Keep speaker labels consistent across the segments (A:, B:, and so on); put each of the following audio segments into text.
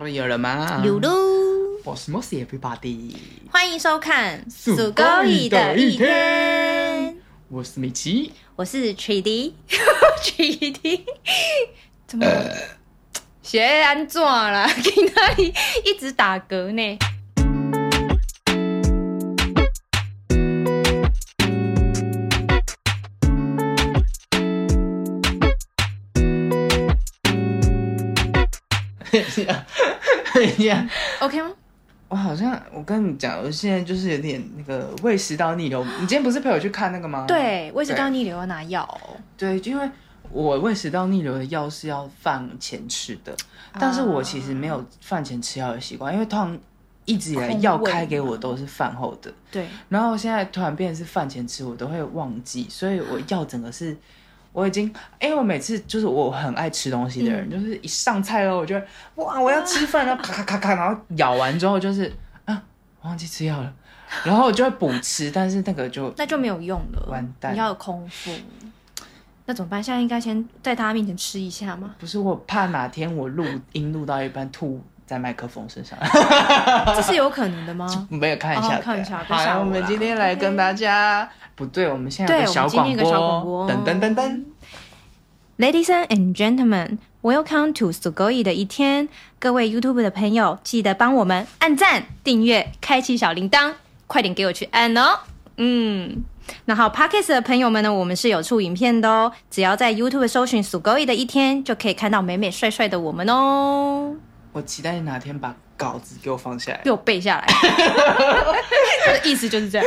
A: 我有了吗？
B: 有喽。
A: 我是 Mossy Everybody，
B: 欢迎收看《
A: 属
B: 属
A: 狗
B: 狗
A: 蚁
B: 蚁
A: 的
B: 的
A: 一
B: 一
A: 天
B: 天》，
A: 我是米 奇。
B: 我是 Trudy，Trudy，怎么了学安怎啦？ 今仔一一直打嗝呢。
A: 哎呀，
B: OK 吗？
A: 我好像我跟你讲，我现在就是有点那个胃食道逆流。你今天不是陪我去看那个吗？
B: 对，胃食道逆流要拿药哦、
A: 对，因为我胃食道逆流的药是要饭前吃的，
B: 啊
A: 但是我其实没有饭前吃药的习惯，因为通常一直以来
B: 空
A: 药
B: 胃
A: 开给
B: 嘛
A: 我都是饭后的。
B: 对，
A: 然后现在突然变成是饭前吃，我都会忘记，所以我药整个是，我已经，因为我每次就是我很爱吃东西的
B: 嗯
A: 人，就是一上菜了，我就会哇我要吃饭，然 后咔咔咔咔，然后咬完之后就是啊忘记吃药了，然后我就会补吃，但是那个就
B: 那就没有用了，
A: 完蛋
B: 你要有空腹。那怎么办？现在应该先在大家面前吃一下吗？
A: 不是我怕哪天我录音录到一半吐在麦克风身上，？
B: 这是有可能的吗
A: 没有看一下的，
B: 哦看一下
A: 好
B: 别吓
A: 啦，
B: 我
A: 我们
B: 啦
A: 今天来跟大家不对，我们现在有
B: 对
A: 个
B: 我们今天有个小广播
A: 噔噔噔噔。
B: Ladies and gentlemen, welcome to Sugoi 的一天。各位 YouTube 的朋友，记得帮我们按赞、订阅、开启小铃铛，快点给我去按哦。嗯，那好 Podcast 的朋友们呢，我们是有出影片的哦，只要在 YouTube 搜寻 Sugoi 的一天，就可以看到美美帅帅的我们哦。
A: 我期待你哪天把稿子给我放下来
B: 给。我背 下来，他的意思就是这
A: 啊
B: 样。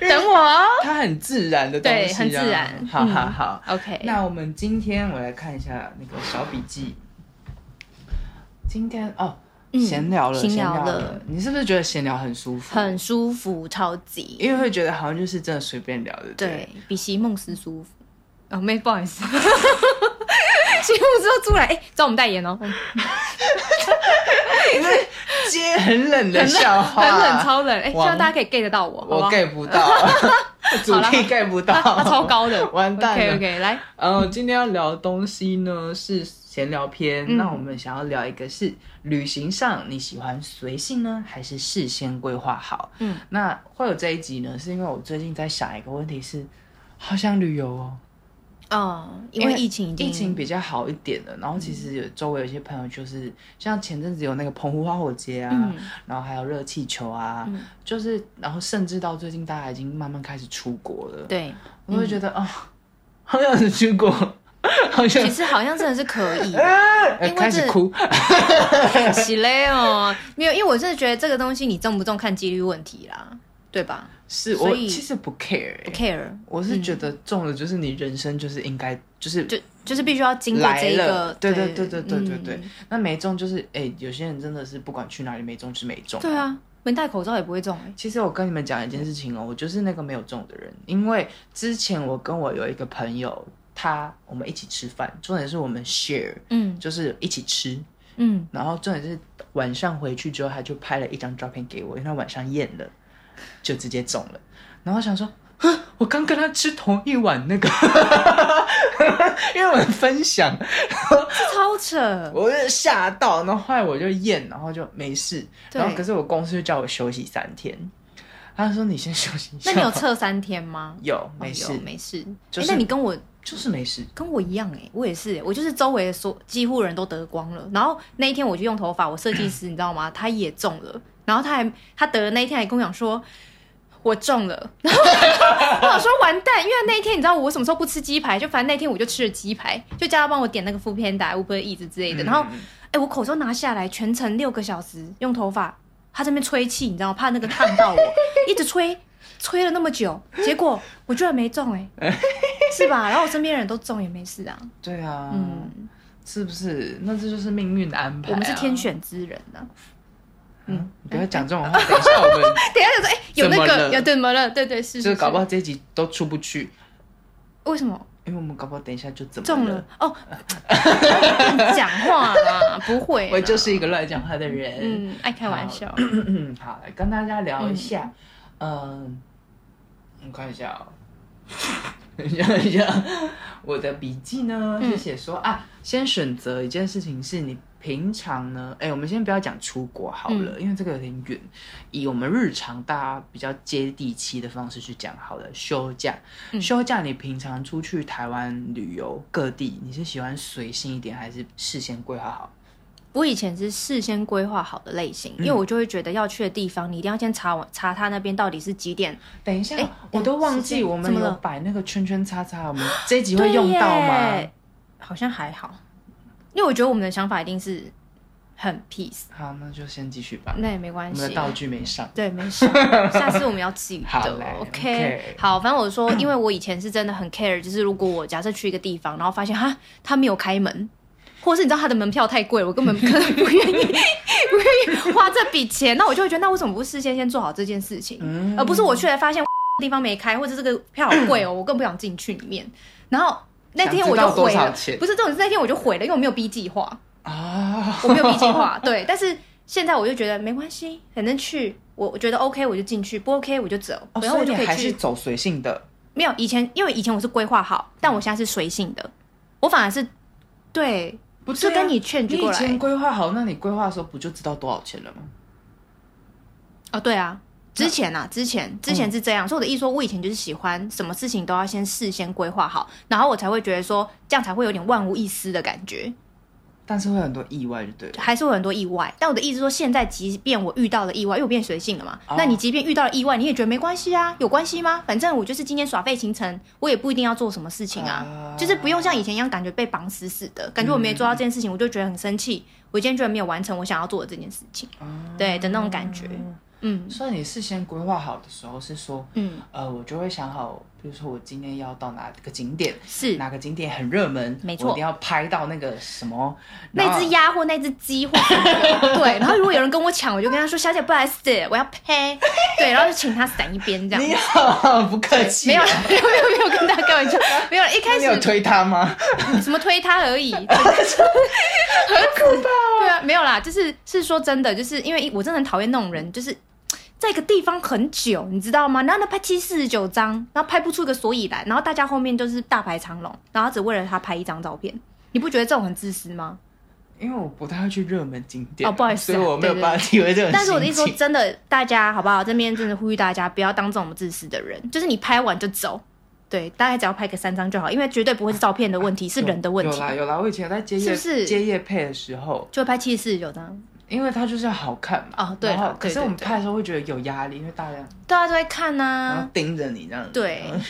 B: 等我哦。
A: 它很自然的东西、啊，
B: 对很自然嗯
A: 好好好，
B: OK，
A: 那我们今天我来看一下那个小笔记。今天哦，
B: 嗯
A: 闲聊了，
B: 闲
A: 闲聊
B: 聊了，
A: 你是不是觉得闲聊很舒服？，
B: 很舒服，超级。
A: 因为会觉得好像就是真的随便聊的。
B: 对比席梦思舒服。哦，妹，不好意 思，席梦思都出来，哎、找我们代言哦，嗯
A: 对，因为接很冷的
B: 很冷
A: 笑话，
B: 很冷，超冷，哎、希
A: 哇
B: 望大家可以 get 到我，好
A: 我
B: 吧？
A: get 不 到，主
B: 好啦
A: 题 get 不
B: 他
A: 到，
B: 他 超。高的，
A: 完蛋了
B: OK OK，来，
A: 然后呃今天要聊的东西呢是闲聊篇，
B: 嗯
A: 那我们想要聊一个是旅行上你喜欢随性呢，还是事先规划好？
B: 嗯，
A: 那会有这一集呢，是因为我最近在想一个问题是，好想旅游哦，
B: 哦，因为疫情已经
A: 疫情比较好一点了，然后其实有周围有些朋友就是像前阵子有那个澎湖花火节啊，
B: 嗯
A: 然后还有热气球啊，
B: 嗯
A: 就是然后甚至到最近大家已经慢慢开始出国了，
B: 对，
A: 我会觉得啊、好想出国， 好想
B: 其实好像真的是可 以，
A: 呃
B: 因为
A: 开始
B: 这
A: 哭。
B: 喜嘞哦，没有，因为我真的觉得这个东西你中不中看几率问题啦，对吧？
A: 是
B: 所
A: 我
B: 以
A: 其实不 care，、
B: 不
A: 欸、
B: care，嗯
A: 我是觉得中了就是你人生就是应该就是
B: 就就是必须要经过
A: 来
B: 这一
A: 了
B: 个，，
A: 对对对对对对
B: 嗯
A: 对。那没中就是哎、欸有些人真的是不管去哪里没中就是没中。
B: 对啊，没戴口罩也不会中、哎。
A: 其实我跟你们讲一件事情哦，我就是那个没有中的人，因为之前我跟我有一个朋友，他我们一起吃饭，重点是我们 share，
B: 嗯
A: 就是一起吃，
B: 嗯。
A: 然后重点是晚上回去之后，他就拍了一张照片给我，因为他晚上验了，就直接中了。然后我想说，哼我刚跟他吃同一碗那个， 因为我们分享，
B: 超扯，
A: 我就吓到。然后后来我就验，然后就没事。
B: 对
A: 然后可是我公司就叫我休息三天，他说你先休息一下。
B: 那你有测三天吗？
A: 有 没事
B: 哦、有，没事。
A: 就是
B: 诶那你跟我
A: 就是没事。
B: 跟我一样哎、我也是、诶我就是周围的所几乎人都得光了，然后那一天我去用头发，我设计 师你知道吗？他也中了，然后他还他得了那一天还跟我讲说。我中了， 然后我想说完蛋，因为那一天你知道我什么时候不吃鸡排，就反正那天我就吃了鸡排，就叫他帮我点那个副片打 Uber Eats 之类的，然后
A: 嗯
B: 哎、我口罩拿下来，全程六个小时用头发，他这边吹气，你知道吗？怕那个烫到我，一直吹，吹了那么久，结果我居然没中、哎，是吧？然后我身边的人都中，也没事啊。
A: 对啊，
B: 嗯，
A: 是不是？那这就是命运的安排、啊
B: 我们是天。选哎之人啊呐、
A: 嗯，你不要讲这种话，等一下我们
B: 等一下就说，哎、有那
A: 怎么了
B: 个，有怎么了？对对是，
A: 就是是
B: 是
A: 搞不好这一集都出不去。
B: 为什么
A: 因为我们搞不好等一下就怎么
B: 中了？哦，讲话啦，不会啦，
A: 我就是一个乱讲话的人。
B: 嗯，爱开玩笑。
A: 嗯，好，来跟大家聊一下，嗯，我看一下哦，等一下，等一下，我的笔记呢
B: 嗯
A: 是写说啊，先选择一件事情是你平常呢，哎、我们先不要讲出国好了，
B: 嗯
A: 因为这个有点远。以我们日常大家比较接地气的方式去讲好了。休假，
B: 嗯
A: 休假，你平常出去台湾旅游各地，你是喜欢随性一点，还是事先规划好？
B: 我以前是事先规划好的类型，因
A: 嗯
B: 为我就会觉得要去的地方，你一定要先查完查他那边到底是几点。
A: 等一下，
B: 哎
A: 我都忘
B: 时
A: 记
B: 间
A: 我们
B: 怎么
A: 有
B: 了
A: 摆那个圈圈叉叉，我们这一集会用到吗
B: 对？耶？好像还好，因为我觉得我们的想法一定是很 peace，
A: 好，那就先继续吧。
B: 那也没关
A: 我们的。
B: 系
A: 道具没上，
B: 对，没 事，下次我们要记
A: 好
B: 得
A: 嘞。
B: OK，
A: OK
B: 好，反正我说，因为我以前是真的很 care，就是如果我假设去一个地方，然后发现哈他没有开门，或是你知道他的门票太贵了，我根本可能不愿意 不愿意花这笔钱，那我就会觉得，那为什么不事先先做好这件事情，
A: 嗯
B: 而不是我去了发现地方没开，或者这个票好贵哦，我更不想进去里面。然后那天我就
A: 想知道多
B: 毁
A: 少
B: 了，
A: 钱
B: 不是这种，那天我就毁了，因为我没有 B 计划。
A: 啊，
B: 我没有 B 计 划，对，但是现在我就觉得没关系，反正去我我觉得 OK 我就进去，不 OK 我就走，
A: 哦，
B: 然
A: 所
B: 后我
A: 以
B: 就
A: 你
B: 可以
A: 还是
B: 去。
A: 走随性的，
B: 没有以前，因为以前我是规划好，但我现在是随性的，我反而是对，
A: 不
B: 是
A: 对啊
B: 跟你劝
A: 你
B: 举过
A: 以前
B: 来
A: 规划好，那你规划的时候不就知道多少钱了吗？
B: 哦，对啊。之前啊，之前
A: 嗯
B: 之前是这样，所以我的意思说，我以前就是喜欢什么事情都要先事先规划好，然后我才会觉得说这样才会有点万无一失的感觉，
A: 但是会有很多意外，就对了。
B: 还是会有很多意外。但我的意思说，现在即便我遇到了意外，因为我变随性了嘛，
A: 哦
B: 那你即便遇到了意外，你也觉得没关系啊？有关系吗？反正我就是今天耍废行程，我也不一定要做什么事情啊，
A: 啊
B: 就是不用像以前一样感觉被绑死死的，感觉我没做到这件事情，我就觉得很生气，
A: 嗯
B: 我今天居然没有完成我想要做的这件事情，
A: 啊
B: 对的那种感觉，嗯
A: 所以你事先规划好的时候是说，
B: 嗯，
A: 呃，我就会想好，比如说我今天要到哪个景点，
B: 是
A: 哪个景点很热门，
B: 没错
A: 我一定要拍到那个什么
B: 那只
A: 然后
B: 鸭或那只鸡或什么的， 对。然后如果有人跟我抢，我就跟他说：“小姐，不好意思，我要呸。”对，然后就请他闪一边这 样。
A: 你好，不客气，啊
B: 没有，没有，没有，没有跟大家开玩笑，没有。一开
A: 那你有
B: 始
A: 推他吗？
B: 什么推 他而已，很可怕。对啊，没有啦，就是是说真的，就是因为我真的很讨厌那种人，就是在一个地方很久，你知道吗？然后呢拍七四十九张，然后拍不出个所以然，然后大家后面就是大排长龙，然后只为了他拍一张照片，你不觉得这种很自私吗？
A: 因为我不太会去热门景点啊，
B: 哦不好意思啊
A: 所以我没有
B: 对对
A: 办法体会这种心情。
B: 但是我的意思说，真的，大家好不好？这边真的呼吁大家，不要当这种自私的人，就是你拍完就走，对，大概只要拍个三张就好，因为绝对不会是照片的问题，是人的问
A: 有
B: 题啊
A: 啦，有啦，我以前在接
B: 是
A: 夜
B: 不是
A: 接夜配的时候，
B: 就会拍七四十九张。
A: 因为它就是好看嘛。
B: 哦对啦
A: 然后可
B: 对
A: 是我们
B: 对对
A: 拍的时候会觉得有压力，因为大家
B: 大家都在啊看呐、
A: 然后盯着你这样子。
B: 对
A: 然后。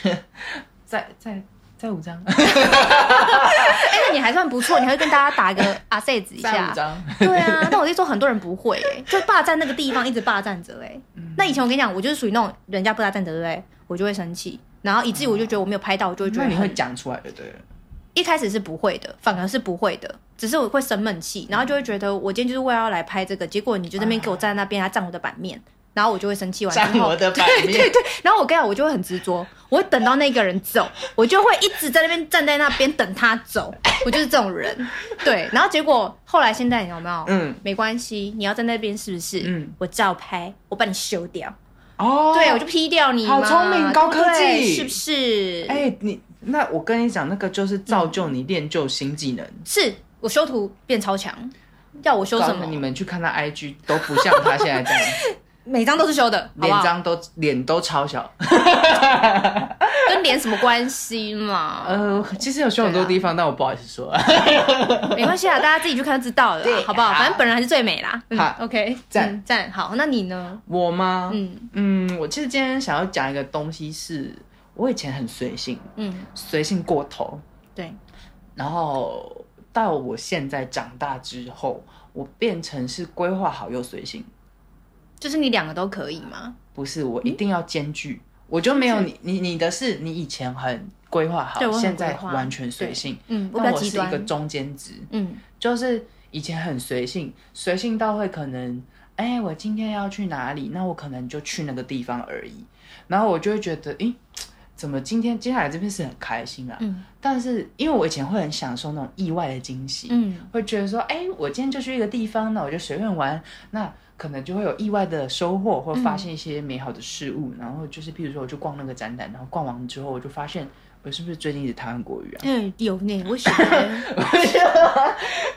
A: 再再再五张，
B: 哎、那你还算不错，你还会跟大家打 个阿 s 子一
A: 再
B: 下
A: 五。张。
B: 对啊，但我就说很多人不会、欸，就霸占那个地方，一直霸占着哎。
A: 嗯
B: 那以前我跟你讲，我就是属于那种人家不霸占着，对不对？我就会生气，然后以至于我就觉得我没有拍到，我就会觉
A: 那
B: 得
A: 你
B: 很
A: 会讲出来就对了。
B: 一开始是不会的，反而是不会的，只是我会生闷气，然后就会觉得我今天就是为了要来拍这个，结果你就在那边给我站在那边，他占我的版面，然后我就会生气完之
A: 占
B: 后
A: 我，的版面，
B: 啊对对，然后我跟你讲，我就会很执着，我会等到那个人走，我就会一直在那边站在那边等他走，我就是这种人。对，然后结果后来现在你有没有？
A: 嗯
B: 没关系，你要在那边是不是？
A: 嗯，
B: 我照拍，我把你修掉，
A: 哦，
B: 对我就 P 掉你嘛，
A: 好聪明
B: 对不
A: 高科
B: 对
A: 技
B: 是不是？
A: 哎、你那我跟你讲，那个就是造就你练就新技能。
B: 是我修图变超强，要我嗯修什
A: 搞
B: 么
A: 得？你们去看他 IG 都不像他现在这样，
B: 每张都是修的，好
A: 脸
B: 不好？
A: 张都脸都超小。
B: 跟脸什么关 系嘛？
A: 呃，其实有修很多地方，但我不好意思说。
B: 啊没关系啊，大家自己去看就知道了啦
A: 对，
B: 好不好？
A: 好
B: 反正本人还是最美啦。嗯
A: 好
B: ，OK，
A: 赞
B: 嗯赞，好，那你呢？
A: 我吗？
B: 嗯
A: 嗯，我其实今天想要讲一个东西是，我以前很随性，
B: 嗯，
A: 随性过头，
B: 对，
A: 然后到我现在长大之后，我变成是规划好又随性，
B: 就是你两个都可以嘛。
A: 不是我
B: 嗯
A: 一定要兼具，我就没有你你你的是你以前很规划好
B: 对，我很
A: 现在
B: 规划
A: 完全随性，
B: 嗯，我比
A: 但
B: 较
A: 我
B: 极
A: 是一个
B: 端。
A: 中间值，
B: 嗯，
A: 就是以前很随性，随性到会可能，哎、我今天要去哪里，那我可能就去那个地方而已。然后我就会觉得，诶、怎么今天接下来这边是很开心啊？
B: 嗯
A: 但是因为我以前会很享受那种意外的惊喜，
B: 嗯，
A: 会觉得说，哎、我今天就去一个地方，那我就随便玩，那可能就会有意外的收获，或发现一些美好的事物。然后就是，譬如说，我就逛那个展览，然后逛完之后，我就发现，哎、我是不是最近一直台湾国语啊？
B: 嗯，有呢，我喜 欢。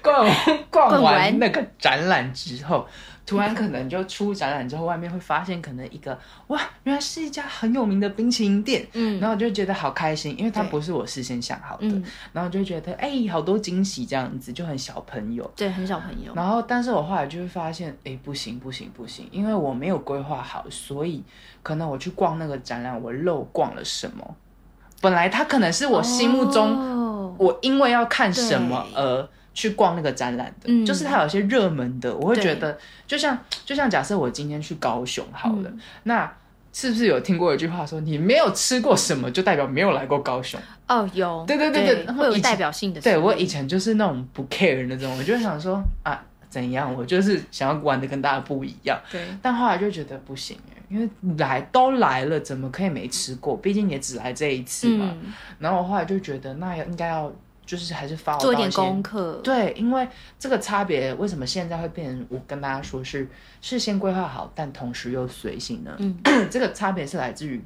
A: 逛逛
B: 逛
A: 完
B: 完
A: 那个展览之后，突然可能就出展览之后，外面会发现可能一个哇，原来是一家很有名的冰淇淋店，
B: 嗯
A: 然后我就觉得好开心，因为它
B: 对
A: 不是我事先想好的，
B: 嗯，
A: 然后就觉得哎、好多惊喜这样子，就很小朋友。
B: 对，很少朋友。
A: 然后，但是我后来就会发现，哎，不行，不行，不行，因为我没有规划好，所以可能我去逛那个展览，我漏逛了什么。本来它可能是我心目中
B: 中
A: 我因为要看什么
B: 对
A: 而去逛那个展览的，
B: 嗯
A: 就是它有些热门的，我会
B: 对
A: 觉得就像就像假设我今天去高雄好了，
B: 嗯
A: 那是不是有听过一句话说你没有吃过什么就代表没有来过高雄？
B: 哦有，
A: 对对对对然后
B: 会有
A: 以前
B: 代表性的食物。
A: 对我以前就是那种不 care 那种，我就想说啊怎样，我就是想要玩的跟大家不一样。
B: 对
A: 但后来就觉得不行耶因为来都来了，怎么可以没吃过？毕竟也只来这一次嘛。
B: 嗯，
A: 然后我后来就觉得那要应该要就是还是发
B: 做一点功课。
A: 对，因为这个差别为什么现在会变成我跟大家说是事先规划好，但同时又随性呢？
B: 嗯
A: 这个差别是来自于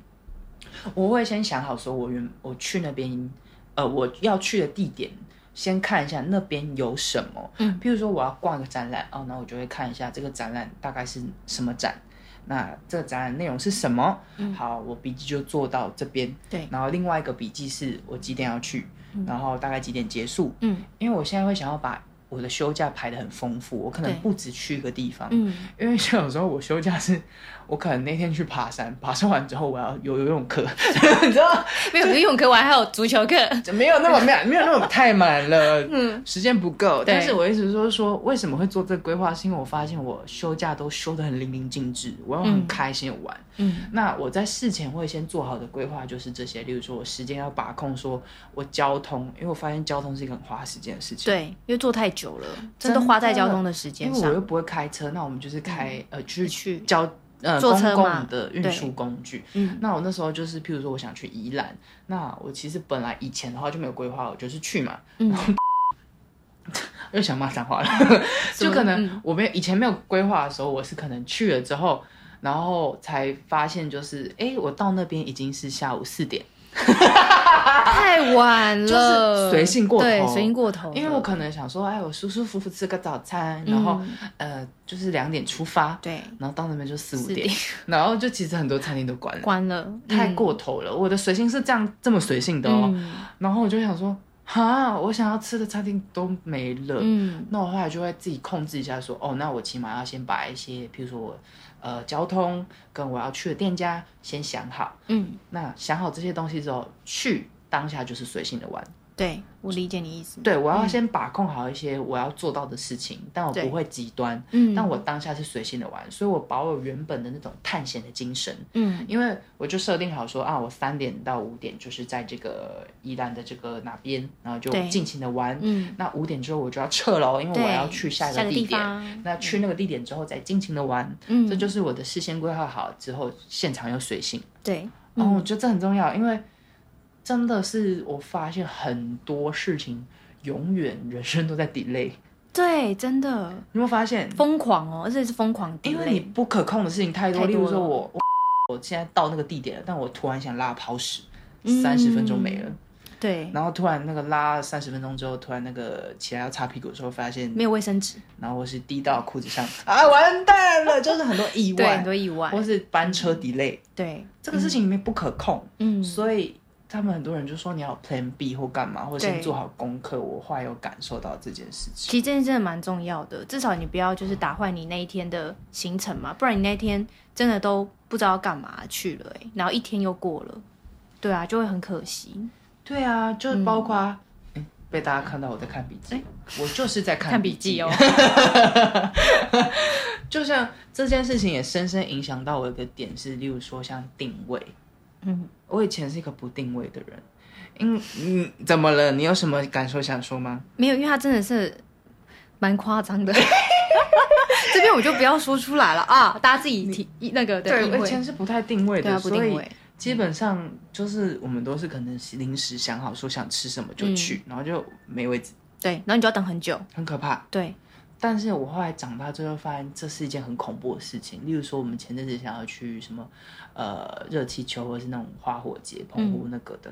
A: 我会先想好说我原我去那边，呃，我要去的地点。先看一下那边有什么，
B: 嗯，
A: 譬如说我要逛一个展览哦，那我就会看一下这个展览大概是什么展，那这个展览内容是什么。
B: 嗯
A: 好，我笔记就做到这边，
B: 对，
A: 然后另外一个笔记是我几点要去，
B: 嗯
A: 然后大概几点结束，
B: 嗯
A: 因为我现在会想要把我的休假排得很丰富，我可能
B: 对
A: 不止去一个地方，
B: 嗯
A: 因为像有时候我休假是，我可能那天去爬山，爬山完之后我要有游泳课， 你知道
B: 没有游泳课，我还有足球课。
A: 没有那么满，没有那么太满了。
B: 嗯，
A: 时间不够，
B: 对
A: 但是我一直说说为什么会做这个规划，是因为我发现我休假都休得很淋漓尽致，我要很
B: 嗯
A: 开心地玩。
B: 嗯
A: 那我在事前会先做好的规划就是这些，例如说我时间要把控，说我交通，因为我发现交通是一个很花时间的事情。
B: 对，因为坐太久了，真
A: 真的
B: 的花在交通的时
A: 因
B: 间
A: 为我
B: 上嗯
A: 又。不会开车，那我们就是开、呃去
B: 去
A: 交呃
B: 坐
A: 公
B: 车嘛
A: 共的运输工具。
B: 嗯
A: 那我那时候就是，譬如说我想去宜兰，那我其实本来以前的话就没有规划，我就是去嘛，
B: 嗯，
A: 又想骂脏话 了，
B: 怎
A: 就
B: 么
A: 可能
B: 嗯
A: 我没有以前没有规划的时候，我是可能去了之后，然后才发现就是，哎、我到那边已经是下午四点，
B: 啊太晚了，
A: 就是随性过头
B: 对，随性过头了。
A: 因为我可能想说，哎，我舒舒服服吃个早餐，
B: 嗯
A: 然后、呃就是两点出发，
B: 对
A: 然后到那边就四五
B: 四
A: 点
B: 点，
A: 然后就其实很多餐厅都关了。
B: 关了，
A: 太
B: 嗯
A: 过头了，我的随性是这样这么随性的哦。
B: 嗯
A: 然后我就想说，哈，我想要吃的餐厅都没了。
B: 嗯
A: 那我后来就会自己控制一下说哦，那我起码要先把一些，譬如说我，呃，交通跟我要去的店家先想好。
B: 嗯，
A: 那想好这些东西之后，去当下就是随性的玩。
B: 对我理解你意思。，
A: 对我要先把控好一些我要做到的事情，但我
B: 嗯对
A: 不会极端。
B: 嗯，
A: 但我当下是随性的玩，所以我把我原本的那种探险的精神，
B: 嗯
A: 因为我就设定好说啊，我三点到五点就是在这个宜兰的这个哪边，然后就
B: 对
A: 尽情的玩。
B: 嗯，
A: 那五点之后我就要撤了哦，因为
B: 对
A: 我要去下一
B: 下
A: 个
B: 个
A: 地
B: 地
A: 点。
B: 方
A: 那去那个地点之后再尽情的玩，
B: 嗯，
A: 这就是我的事先规划好之后，现场又随性。
B: 对，
A: 然后我觉得这很重要，因为真的是我发现很多事情永远人生都在 delay。
B: 对，真的
A: 你有没有发现？
B: 疯狂哦，而且是疯狂
A: 因为你
B: delay。
A: 不可控的事情太多，
B: 太多
A: 例如说
B: 了
A: 我我我现在到那个地点了，但我突然想拉泡屎，
B: 嗯
A: 三十分钟没了，
B: 对，
A: 然后突然那个拉三十分钟之后，突然那个起来要擦屁股的时候发现，
B: 没有卫生纸，
A: 然后我是滴到裤子上，啊完蛋了，就是很多意
B: 对，很
A: 外，
B: 多意外
A: 或，是班车 delay，、
B: 对，
A: 这个事情里面不可控，
B: 嗯，
A: 所以。他们很多人就说你要有 Plan B 或干嘛，或者先
B: 对
A: 做好功课。我后来有感受到这件事情，
B: 其实这件事真的蛮重要的，至少你不要就是打坏你那一天的行程嘛，不然你那天真的都不知道干嘛去了、欸，然后一天又过了，对啊，就会很可惜。
A: 对啊，
B: 嗯
A: 就是包括、诶被大家看到我在看笔记，我就是在看笔记。
B: 哦，
A: 就像这件事情也深深影响到我一个点是，例如说像定位，
B: 嗯，
A: 我以前是一个不定位的人。嗯嗯，怎么了？你有什么感受想说吗？
B: 没有，因为他真的是蛮夸张的， 这边我就不要说出来了啊，大家自己体那个对
A: 我以前是不太定位
B: 对
A: 的，
B: 啊，不定
A: 所
B: 位
A: 以，基本上就是我们都是可能临时想好说想吃什么就去，
B: 嗯
A: 然后就没位置，
B: 对，然后你就要等很久，
A: 很可怕。
B: 对，
A: 但是我后来长大之后发现，这是一件很恐怖的事情。例如说，我们前阵
B: 嗯
A: 子想要去什么，呃，热气球或是那种花火节、澎湖那个的，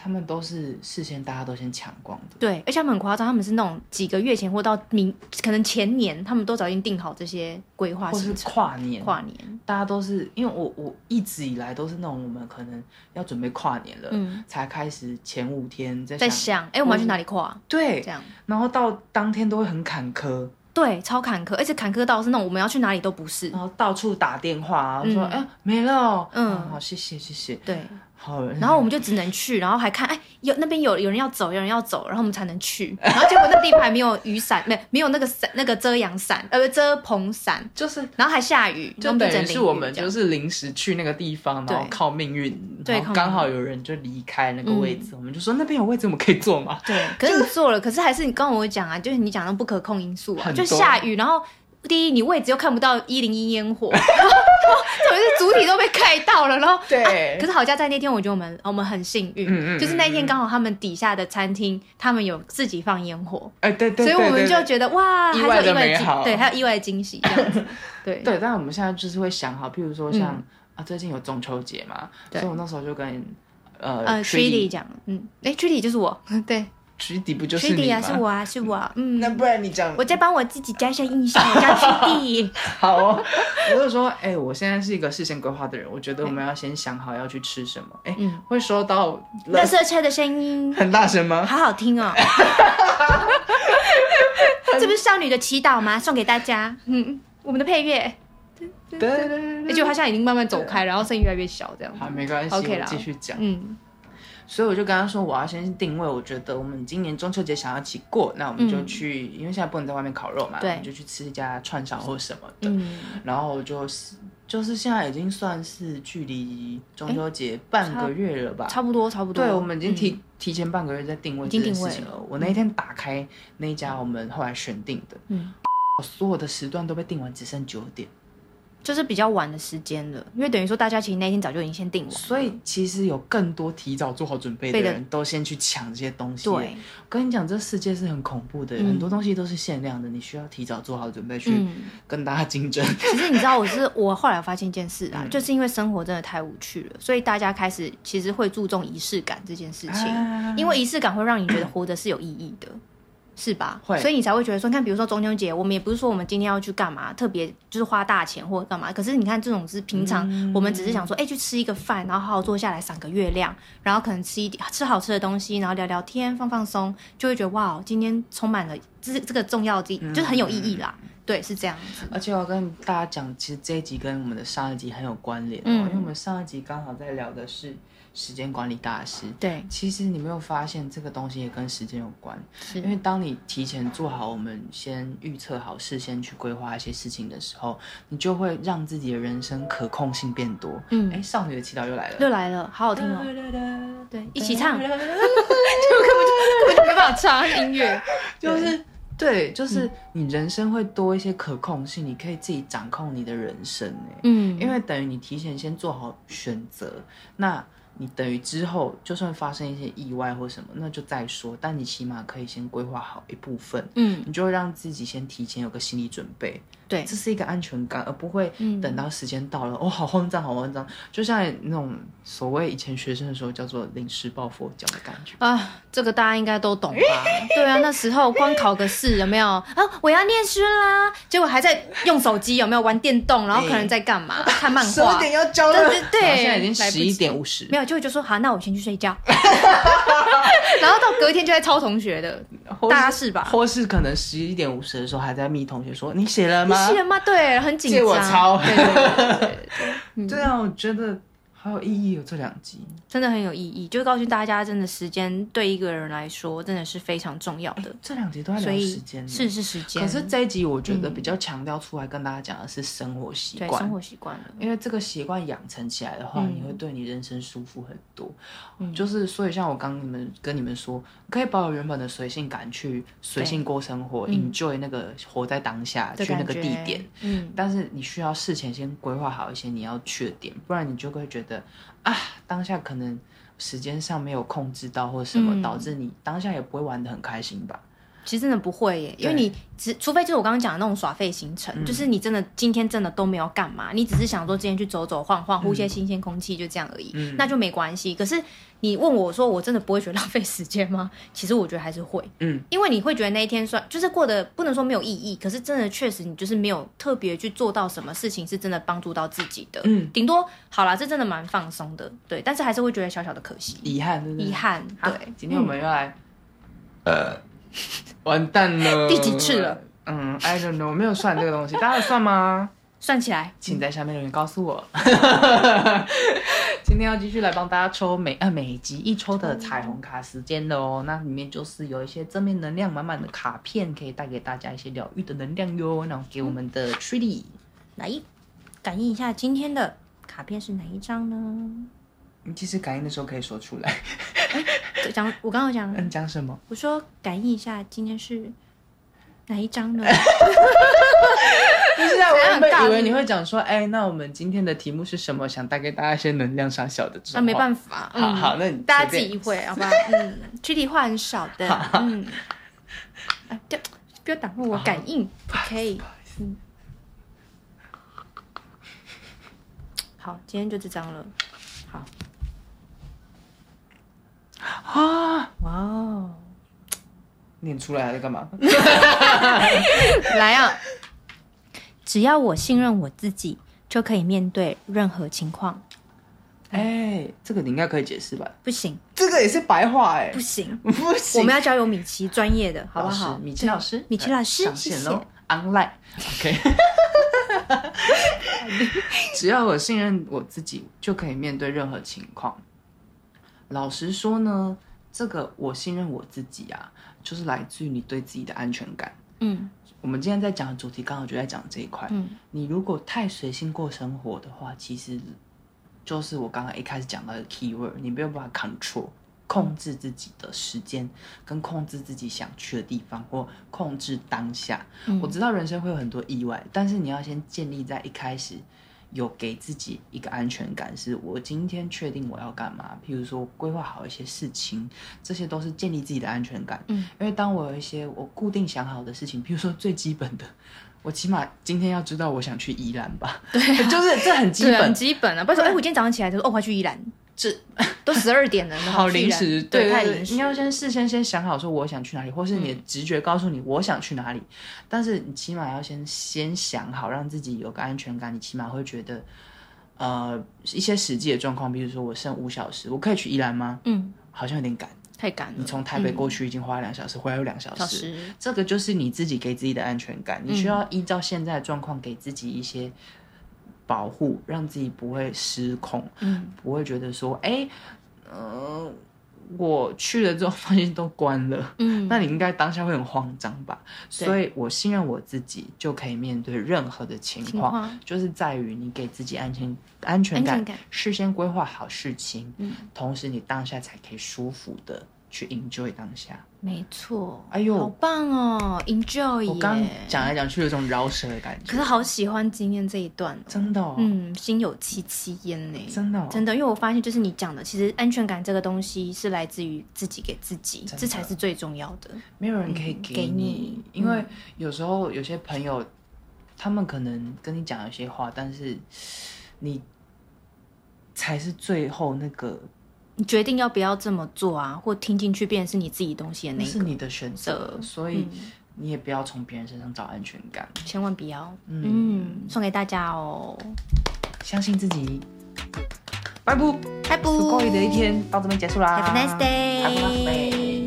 A: 他们都是事先大家都先抢光的。
B: 对，而且他们很夸张，他们是那种几个月前或到明可能前年，他们都早已经定好这些规划
A: 或
B: 行
A: 是
B: 程。
A: 跨年，
B: 跨年，
A: 大家都是因为我我一直以来都是那种我们可能要准备跨年了，
B: 嗯，
A: 才开始前五天在
B: 在
A: 想，
B: 想，哎、我们要去哪里跨？
A: 对
B: 这，样，
A: 然后到当天都会很坎坷，
B: 对，超坎坷，而且坎坷到是那种我们要去哪里都不是
A: 然。后到处打电话、啊，
B: 嗯
A: 说哎、没了哦，
B: 嗯
A: 啊好谢谢谢谢，
B: 对，
A: 好，
B: 然后我们就只能去，然后还看，哎，有那边有有人要走，有人要走，然后我们才能去。然后结果那地方还没有雨伞，没没有那个伞，那个遮阳伞，呃，遮棚伞，
A: 就是。
B: 然后还下雨，
A: 就
B: 然后
A: 等
B: 整
A: 于是
B: 淋雨
A: 我们
B: 这
A: 就
B: 样
A: 是临时去那个地方，
B: 对
A: 然后靠命运，
B: 对
A: 然后
B: 靠
A: 刚
B: 命嗯
A: 好有人就离开那个位置，我们就说那边有位置，我们可以坐吗？
B: 对，可是你做了，可是还是你刚刚我讲啊，就是你讲的不可控因素啊，
A: 很
B: 就
A: 多
B: 下雨，然后第一你位置又看不到一零一烟火，然后然后特别是主体都被盖到了，然后。啊
A: 对
B: 可是好家在那天，我觉得我们我们很幸运，
A: 嗯嗯嗯
B: 就是那天刚好他们底下的餐厅，他们有自己放烟火，
A: 哎、对对对，
B: 所以我们
A: 对
B: 就觉得哇，还
A: 意
B: 是
A: 外
B: 有
A: 的
B: 意外
A: 美
B: 惊
A: 好
B: 对，还有意外惊喜这 样子，对
A: 对，但我们现在就是会想好，譬如说像、
B: 嗯
A: 啊，最近有中秋节嘛，
B: 对
A: 所以我那时候就跟呃
B: 呃 t r i d y
A: ，Trudy
B: 讲，嗯，哎 t r i d y 就是我，对
A: Trudy 不
B: t
A: 就
B: r
A: 是
B: i d
A: 你
B: y
A: 吗？
B: 啊，是我啊，是我啊，嗯，
A: 那不然你讲
B: 我再帮我自己加一下印象，我叫 t r i d y
A: 好哦， 我就说，哎、我现在是一个事先规划的人，我觉得我们要先想好要去吃什么，哎、
B: 嗯
A: 会收到
B: 垃
A: 垃
B: 圾车的声 音
A: 很大声吗？
B: 好好听 哦。这不是少女的祈祷吗？送给大家，嗯，我们的配乐，
A: 对对对
B: 而
A: 对
B: 且他现在已经慢慢走开，然后声音越来越小，这样
A: 嗯好，没关系
B: OK 啦
A: 我继续讲。
B: 嗯
A: 所以我就跟他说，我要先定位，我觉得我们今年中秋节想要一起过，那我们就去，因为现在不能在外面烤肉嘛，
B: 嗯对
A: 我们就去吃一家串烧或什么的。
B: 嗯，
A: 然后就是就是现在已经算是距离中秋节半个月了吧？
B: 差不多差不多。
A: 对，我们已经提、
B: 嗯
A: 提前半个月在定位这
B: 已经
A: 件
B: 定位
A: 事情了。我那一天打开那一家我们后来选定的，
B: 嗯
A: 我所有的时段都被定完，只剩九点。
B: 就是比较晚的时间了，因为等于说大家其实那天早就已经先定完了，
A: 所以其实有更多提早做好准备的
B: 对的
A: 人都先去抢这些东西。
B: 对，，
A: 跟你讲，这世界是很恐怖的，
B: 嗯
A: 很多东西都是限量的，你需要提早做好准备去
B: 嗯。
A: 跟大家竞 争。
B: 其实你知道，我是我后来发现一件事啊，
A: 嗯
B: 就是因为生活真的太无趣了，所以大家开始其实会注重仪式感这件事情，
A: 啊
B: 因为仪式感会让你觉得活着是有意义的。是吧？
A: 会
B: 所以你嗯才会觉得说，你看，比如说中秋节，我们也不是说我们今天要去干嘛，特别就是花大钱或者干嘛。可是你看，这种是平常我们只是想说，哎、去吃一个饭，然后好好坐下来赏个月亮，然后可能吃一点吃好吃的东西，然后聊聊天，放放松，就会觉得哇，今天充满了这这个重要的，就是很有意义啦。对，是这样子。
A: 而且我要跟大家讲，其实这一集跟我们的上一集很有关联、哦，
B: 嗯
A: 因为我们上一集刚好在聊的是时间管理大师。
B: 对，
A: 其实你没有发现这个东西也跟时间有关，
B: 是
A: 因为当你提前做好，我们先预测好，事先去规划一些事情的时候，你就会让自己的人生可控性变多。
B: 嗯
A: 哎，少女的祈祷又来了，
B: 又来了，好好听 哦。对，一起 唱，根本就没办法唱 它是音乐。
A: 就是对，
B: 嗯
A: 就是你人生会多一些可控性，你可以自己掌控你的人生、哎，
B: 嗯，
A: 因为等于你提前先做好选择，那你等于之后就算发生一些意外或什么，那就再说，但你起码可以先规划好一部分。
B: 嗯，
A: 你就会让自己先提前有个心理准备，
B: 对
A: 这是一个安全感，而不会
B: 嗯
A: 等到时间到了，哦，好慌张，好慌张，就像那种所谓以前学生的时候叫做临时抱佛脚的感觉。
B: 啊，这个大家应该都懂吧？对啊，那时候光考个试有没 有啊？我要念书啦，结果还在用手机，有没有玩电动？然后可能在干嘛？看漫画。
A: 要交
B: 对对对，
A: 然后现在已经
B: 来
A: 十
B: 不及
A: 一点五十
B: 没，有，就会就说好，那我先去睡觉。 然后到隔天就在抄同学的，
A: 或
B: 大家是吧？
A: 或是可能十一点五十的时候还在密同学说你写了
B: 你
A: 吗？
B: 是人吗？对，很紧张。
A: 借我抄
B: 对对对对对对。
A: 对啊，我觉得好有意义哦，这两集。
B: 真的很有意义，就告诉大家，真的时间对一个人来说真的是非常重要的，
A: 这两集都在
B: 所
A: 聊时
B: 以
A: 间呢，
B: 是是时间，
A: 可是这一集我觉得比较强调出来跟大家讲的是生活习
B: 嗯对
A: 惯
B: 生，活习惯了，
A: 因为这个习惯养成起来的话，
B: 嗯
A: 你会对你人生舒服很多。就是所以像我刚你们跟你们说，可以保有原本的随性感去随性过生活、e n j o y 那个活在当下，
B: 嗯的
A: 去那个
B: 感
A: 地
B: 觉
A: 点。，
B: 嗯，
A: 但是你需要事前先规划好一些你要去的点，不然你就会觉得啊，当下可能时间上没有控制到或什么，
B: 嗯
A: 导致你当下也不会玩得很开心吧。
B: 其实真的不会耶，因为
A: 对嗯
B: 你只除非就是我刚刚讲的那种耍废行程，就是你真的今天真的都没有干嘛，你只是想说今天去走走晃
A: 嗯
B: 晃，呼吸新鲜空气，就这样而已，那就没关系。可是你问我说，我真的不会觉得浪费时间吗？ 其实我觉得还是会，
A: 嗯，
B: 因为你会觉得那一天算就是过得不能说没有意义，可是真的确实你就是没有特别去做到什么事情是真的帮助到自己的，
A: 嗯，
B: 顶多好啦，这真的蛮放松的，对，但是还是会觉得小小的可惜，
A: 遗憾，对不对
B: 遗。憾，
A: 好
B: 对，嗯
A: 今天我们要来， 呃，完蛋了，
B: 第几次了？
A: 嗯，I don't know，没有算这个东西，大家有算吗？
B: 算起来。
A: 请在下面留言告诉 我。今天要继续来帮大家抽每啊每集一抽的彩虹卡时间了哦，那里面就是有一些正面能量满满的卡片，可以带给大家一些疗愈的能量哟。然后给我们的 Trilly，
B: 来，感应一下今天的卡片是哪一张呢？
A: 你其实感应的时候可以说出来。
B: 讲我刚刚有讲了，
A: 嗯，讲什么？
B: 我说感应一下今天是哪一张呢？
A: 不是啊，我原
B: 这样
A: 本
B: 很
A: 以
B: 尬
A: 为你会讲说，哎、那我们今天的题目是什么？想带给大家一些能量上小的这种
B: 那、
A: 话。
B: 没办法，
A: 好
B: 嗯
A: 好那你
B: 大家自
A: 随便
B: 己会，好吧？嗯，具体话很少 的，嗯，啊，对，不要挡住我感应，OK，嗯，好，今天就这张了，好，
A: 啊，
B: 哇哦，
A: 念出来还在干嘛？
B: 来啊！只要我信任我自己，就可以面对任何情况。
A: 哎、这个你应该可以解释吧？
B: 不行，
A: 这个也是白话哎、
B: 不行，
A: 不行，啊
B: 我们要交由米奇专业的，好不好？
A: 米奇老师呃
B: 对，米奇老师，
A: 上
B: 谢
A: 线
B: 谢。
A: 喽，online，OK。只要我信任我自己，就可以面对任何情况。老实说呢，这个我信任我自己啊，就是来自于你对自己的安全感。
B: 嗯
A: 我们今天在讲的主题，刚好就在讲这一块。
B: 嗯，
A: 你如果太随性过生活的话，其实就是我刚刚一开始讲到的 key word，你没有办法 control 控制自己的时间，跟控制自己想去的地方，或控制当下。
B: 嗯
A: 我知道人生会有很多意外，但是你要先建立在一开始有给自己一个安全感，是我今天确定我要干嘛，譬如说规划好一些事情，这些都是建立自己的安全感。
B: 嗯，
A: 因为当我有一些我固定想好的事情，譬如说最基本的。我起码今天要知道我想去宜兰吧，对、 就是这很基
B: 对啊，很
A: 本，
B: 基本啊。不然说，哎，我今天早上起来就说，哦，我要去宜兰，
A: 这
B: 都十二 点了，
A: 好哦
B: 去宜
A: 临
B: 兰
A: 时，
B: 对，
A: 对
B: 太
A: 对
B: 临时。嗯
A: 你要先事先先想好说我想去哪里，或是你的直觉告诉你我想去哪里，但是你起码要先先想好，让自己有个安全感，你起码会觉得，呃，一些实际的状况，比如说我剩五小时，我可以去宜兰吗？
B: 嗯，
A: 好像有点赶，
B: 太赶了。嗯
A: 你从台北过去已经花了两小时，回来有两小
B: 小
A: 时，
B: 时，嗯
A: 这个就是你自己给自己的安全感，你需要依照现在的状况给自己一些保护，让自己不会失控。
B: 嗯，
A: 不会觉得说，哎、呃，我去了之后发现都关了，
B: 嗯
A: 那你应该当下会很慌张吧？所以我信任我自己，就可以面对任何的情
B: 情
A: 况，
B: 况
A: 就是在于你给自己安全安全感，
B: 安全感
A: 事先规划好事情，
B: 嗯
A: 同时你当下才可以舒服的去 enjoy 当下。
B: 没错。
A: 哎呦
B: 好棒哦，Enjoy
A: 我刚
B: 耶
A: 讲来讲去有种饶舌的感觉
B: 可是，好喜欢今天这一段哦，
A: 真的、哦，
B: 嗯，心有戚戚焉呢，
A: 真的、哦，
B: 真的，因为我发现就是你讲的，其实安全感这个东西是来自于自己给自己，
A: 真的
B: 这才是最重要的。
A: 没有人可以
B: 嗯
A: 给你，
B: 给你
A: 因为
B: 嗯
A: 有时候有些朋友，他们可能跟你讲一些话，但是你才是最后那个，
B: 你决定要不要这么做啊，或听进去变成是你自己东西的
A: 那
B: 那
A: 是
B: 个，嗯
A: 你的选择，
B: 的
A: 所以你也不要从别人身上找安全感，
B: 千万不要。
A: 嗯
B: 嗯，送给大家哦，
A: 相信自己。拜拜，
B: 拜拜
A: 不够力的一天到这边结束啦。
B: ，Have a nice
A: Have a nice day.
B: day。